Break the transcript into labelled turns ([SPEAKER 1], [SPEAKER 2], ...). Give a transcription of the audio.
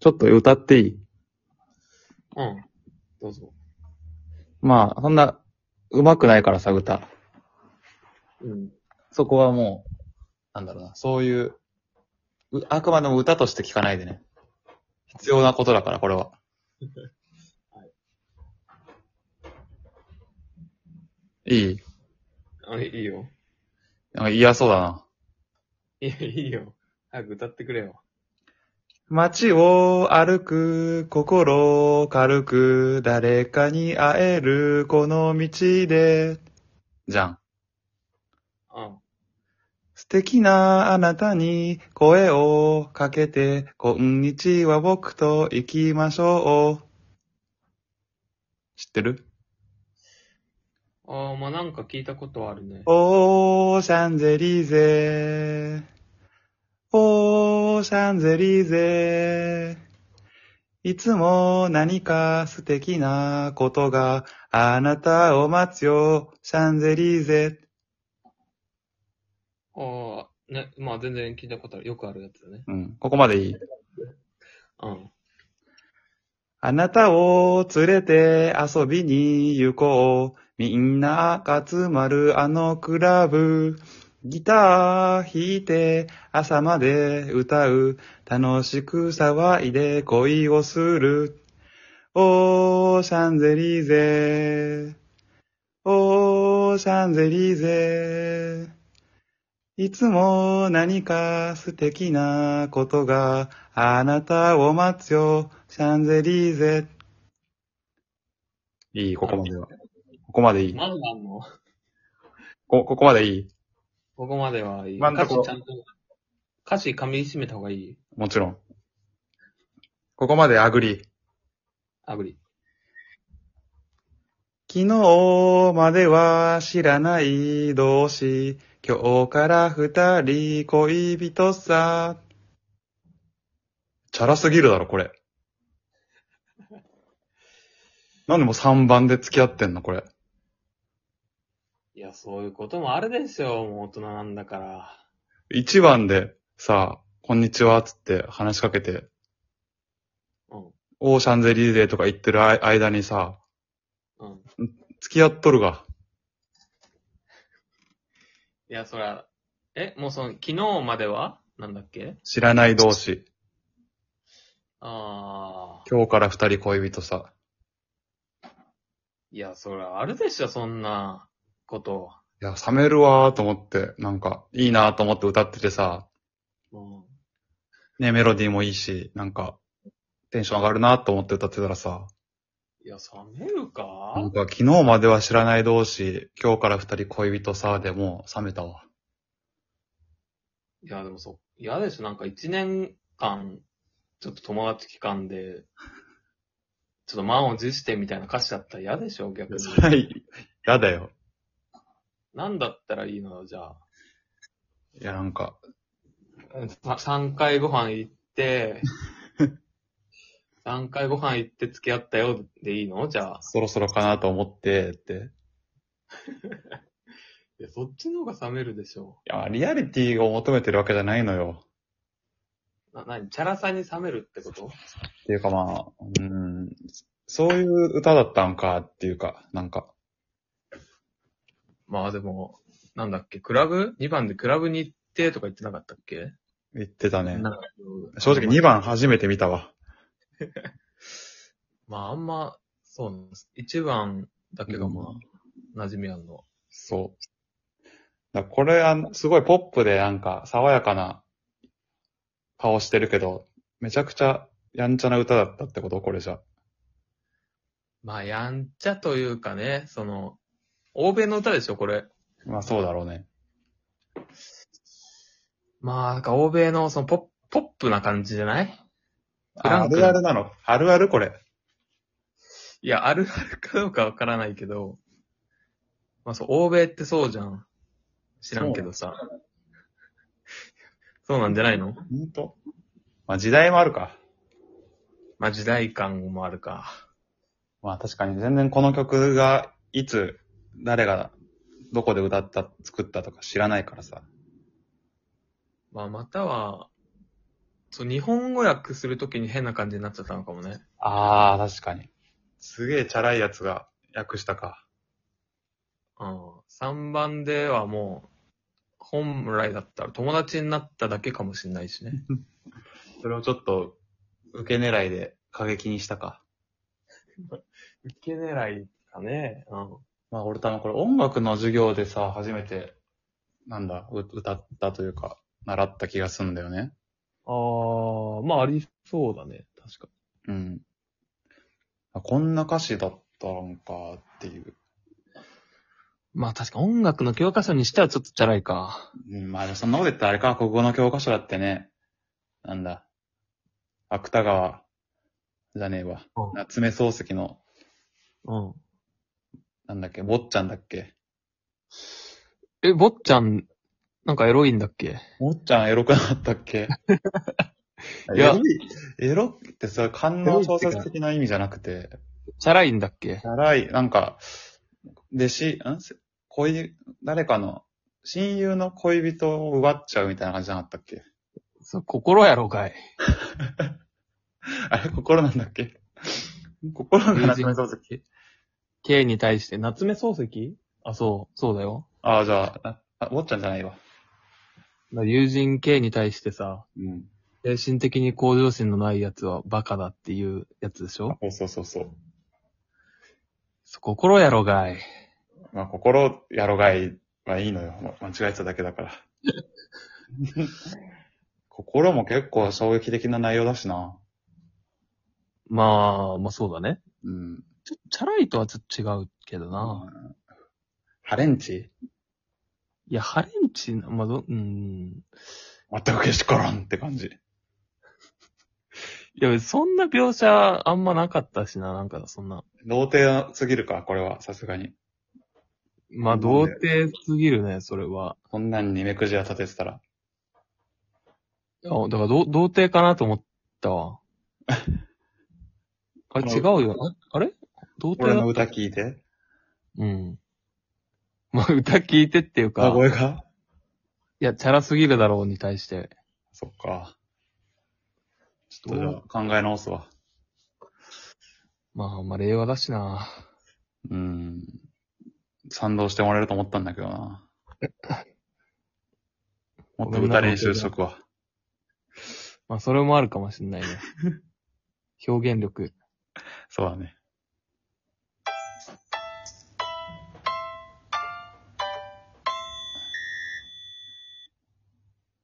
[SPEAKER 1] ちょっと歌っていい
[SPEAKER 2] うん。どうぞ。
[SPEAKER 1] まあ、そんな、上手くないからさ、歌。
[SPEAKER 2] うん。
[SPEAKER 1] そこはもう、なんだろうな、そういう、うあくまでも歌として聞かないでね。必要なことだから、これは。 いい
[SPEAKER 2] あ、いいよ。
[SPEAKER 1] なんか嫌そうだな。
[SPEAKER 2] いや、いいよ。早く歌ってくれよ。
[SPEAKER 1] 街を歩く、心軽く、誰かに会える、この道で。じゃん。
[SPEAKER 2] うん。
[SPEAKER 1] 素敵なあなたに声をかけて、こんにちは僕と行きましょう。知ってる
[SPEAKER 2] ああ、まあ、なんか聞いたことはあるね。
[SPEAKER 1] オーシャンゼリーゼオーシャンゼリーゼいつも何か素敵なことがあなたを待つよ、シャンゼリーゼ。
[SPEAKER 2] ああ、ね、まあ、全然聞いたことある。よくあるやつだね。
[SPEAKER 1] うん、ここまでいい。
[SPEAKER 2] うん。
[SPEAKER 1] あなたを連れて遊びに行こう。みんなが集まるあのクラブ。ギター弾いて朝まで歌う。楽しく騒いで恋をする。オーシャンゼリーゼ。オーシャンゼリーゼ。いつも何か素敵なことがあなたを待つよ、シャンゼリーゼ。いい、ここまでは。ここまでいい。
[SPEAKER 2] まだあんの
[SPEAKER 1] こ、ここまでいい。
[SPEAKER 2] ここまではいい。
[SPEAKER 1] 今んと
[SPEAKER 2] 歌
[SPEAKER 1] こ
[SPEAKER 2] 詞ちゃんと、歌詞噛み締めた方がいい
[SPEAKER 1] もちろん。ここまでアグリー。
[SPEAKER 2] アグリ。
[SPEAKER 1] 昨日までは知らない同士、今日から二人恋人さ。チャラすぎるだろ、これ。なんでもう3番で付き合ってんの、これ。
[SPEAKER 2] いや、そういうこともあるでしょう。もう大人なんだから。
[SPEAKER 1] 1番でさ、こんにちは、つって話しかけて、
[SPEAKER 2] うん。
[SPEAKER 1] オーシャンゼリーデーとか言ってるあい間にさ、
[SPEAKER 2] うん。
[SPEAKER 1] 付き合っとるが。
[SPEAKER 2] いや、そら、え、もうその、昨日まではなんだっけ
[SPEAKER 1] 知らない同士、
[SPEAKER 2] ああ。
[SPEAKER 1] 今日から二人恋人さ。
[SPEAKER 2] いや、そら、あるでしょ、そんなこと。
[SPEAKER 1] いや、冷めるわーと思って、なんか、いいなーと思って歌っててさ、
[SPEAKER 2] うん。
[SPEAKER 1] ね、メロディーもいいし、なんか、テンション上がるなーと思って歌ってたらさ、
[SPEAKER 2] いや、冷める
[SPEAKER 1] なん
[SPEAKER 2] か
[SPEAKER 1] か昨日までは知らない同士、今日から二人恋人さーでもう冷めたわ。
[SPEAKER 2] いや、でもそう、嫌でしょ、なんか一年間、ちょっと友達期間で、ちょっと満を持してみたいな歌詞だったら嫌でしょ、逆に。
[SPEAKER 1] それは、やだよ。
[SPEAKER 2] なんだったらいいのよ、じゃあ。
[SPEAKER 1] いや、なんか、
[SPEAKER 2] 3回ご飯行 って、3回ご飯行って付き合ったよでいいのじゃあ。
[SPEAKER 1] そろそろかなと思って、って。
[SPEAKER 2] いや、そっちの方が冷めるでしょ。
[SPEAKER 1] いや、リアリティを求めてるわけじゃないのよ。
[SPEAKER 2] な、なに、チャラさに冷めるってこと
[SPEAKER 1] っていうかまあ、うん、そういう歌だったんか、っていうか、なんか、
[SPEAKER 2] まあでも、なんだっけ、クラブ ?2 番でクラブに行ってとか言ってなかったっけ
[SPEAKER 1] 言ってたね。
[SPEAKER 2] なんか
[SPEAKER 1] 正直2番初めて見たわ。
[SPEAKER 2] まああんま、そうなんです。1番だけがまあ、馴染みあるのは。
[SPEAKER 1] そう。だからこれあの、すごいポップでなんか爽やかな顔してるけど、めちゃくちゃやんちゃな歌だったってことこれじゃ。
[SPEAKER 2] まあやんちゃというかね、その、欧米の歌でしょ、これ。
[SPEAKER 1] まあそうだろうね。
[SPEAKER 2] まあ、なんか欧米のそのポッポップな感じじゃないフ
[SPEAKER 1] あ
[SPEAKER 2] ラ
[SPEAKER 1] あ
[SPEAKER 2] ンク
[SPEAKER 1] るあるなの。あるあるこれ。
[SPEAKER 2] いや、あるあるかどうかわからないけど、まあそう、欧米ってそうじゃん。知らんけどさ。そうなんじゃないの
[SPEAKER 1] ほんとまあ時代もあるか。
[SPEAKER 2] まあ時代感もあるか。
[SPEAKER 1] まあ確かに全然この曲がいつ、誰が、どこで歌った、作ったとか知らないからさ。
[SPEAKER 2] まあ、または、そう、日本語訳するときに変な感じになっちゃったのかもね。
[SPEAKER 1] ああ、確かに。すげえチャラいやつが訳したか。
[SPEAKER 2] うん。3番ではもう、本来だったら友達になっただけかもしれないしね。
[SPEAKER 1] それをちょっと、受け狙いで過激にしたか。
[SPEAKER 2] 受け狙いかね。うん。
[SPEAKER 1] まあ俺多分これ音楽の授業でさ、初めて、なんだ、う歌ったというか、習った気がすんだよね。
[SPEAKER 2] あー、まあありそうだね。確か
[SPEAKER 1] うん。あこんな歌詞だったのかっていう。
[SPEAKER 2] まあ確か音楽の教科書にしてはちょっとチャラいか。
[SPEAKER 1] うん、まあでもそんなこと言ったらあれか、国語の教科書だってね、なんだ、芥川、じゃねえわ
[SPEAKER 2] うん。
[SPEAKER 1] 夏目漱石の、
[SPEAKER 2] うん。
[SPEAKER 1] なんだっけ、坊っちゃんだっけ。
[SPEAKER 2] え、坊っちゃん、なんかエロいんだっけ
[SPEAKER 1] 坊っちゃんエロくなかったっけ
[SPEAKER 2] いや
[SPEAKER 1] エロい、エロってそれ官能小説的な意味じゃなくて、
[SPEAKER 2] チャラいんだっけ
[SPEAKER 1] チャラい、なんか、弟子、んせ恋、誰かの、親友の恋人を奪っちゃうみたいな感じじゃなかったっけ
[SPEAKER 2] そう、心やろかい。
[SPEAKER 1] あれ、心なんだっけ心が夏目漱石
[SPEAKER 2] K に対して、夏目漱石あ、そう、そうだよ。
[SPEAKER 1] ああ、じゃあ、あ、坊っちゃんじゃないわ。
[SPEAKER 2] だから友人 K に対してさ、
[SPEAKER 1] うん。
[SPEAKER 2] 精神的に向上心のないやつはバカだっていうやつでしょ
[SPEAKER 1] そうそうそうそう。
[SPEAKER 2] そう心やろがい。
[SPEAKER 1] まあ、心やろがいはいいのよ。ま間違えてただけだから。 心も結構衝撃的な内容だしな。
[SPEAKER 2] まあ、まあそうだね。
[SPEAKER 1] うん。
[SPEAKER 2] チャラいとはちょっと違うけどな。
[SPEAKER 1] ハレンチ
[SPEAKER 2] いや、ハレンチな、まあ、ど、うん。
[SPEAKER 1] 全くけしからんって感じ。
[SPEAKER 2] いや、そんな描写あんまなかったしな、なんかそんな。
[SPEAKER 1] 童貞すぎるか、これは、さすがに。
[SPEAKER 2] まあ、童貞すぎるね、それは。
[SPEAKER 1] こんなんに目くじら立ててたら。
[SPEAKER 2] あ、だから、どう童貞かなと思ったわ。 あれ、違うよ。ああれ童
[SPEAKER 1] 俺
[SPEAKER 2] 貞
[SPEAKER 1] の歌聞いて。
[SPEAKER 2] うん。まあ、歌聞いてっていう
[SPEAKER 1] 歌
[SPEAKER 2] か、
[SPEAKER 1] 声が
[SPEAKER 2] いや、チャラすぎるだろうに対して。
[SPEAKER 1] そっか。ちょっとじゃ
[SPEAKER 2] どう
[SPEAKER 1] あ考え直すわ。
[SPEAKER 2] まあ、まあ、令和だしな。
[SPEAKER 1] うん。賛同してもらえると思ったんだけどな。もっと歌練習しとくわ。
[SPEAKER 2] まあ、それもあるかもしんないね。表現力。
[SPEAKER 1] そうだね。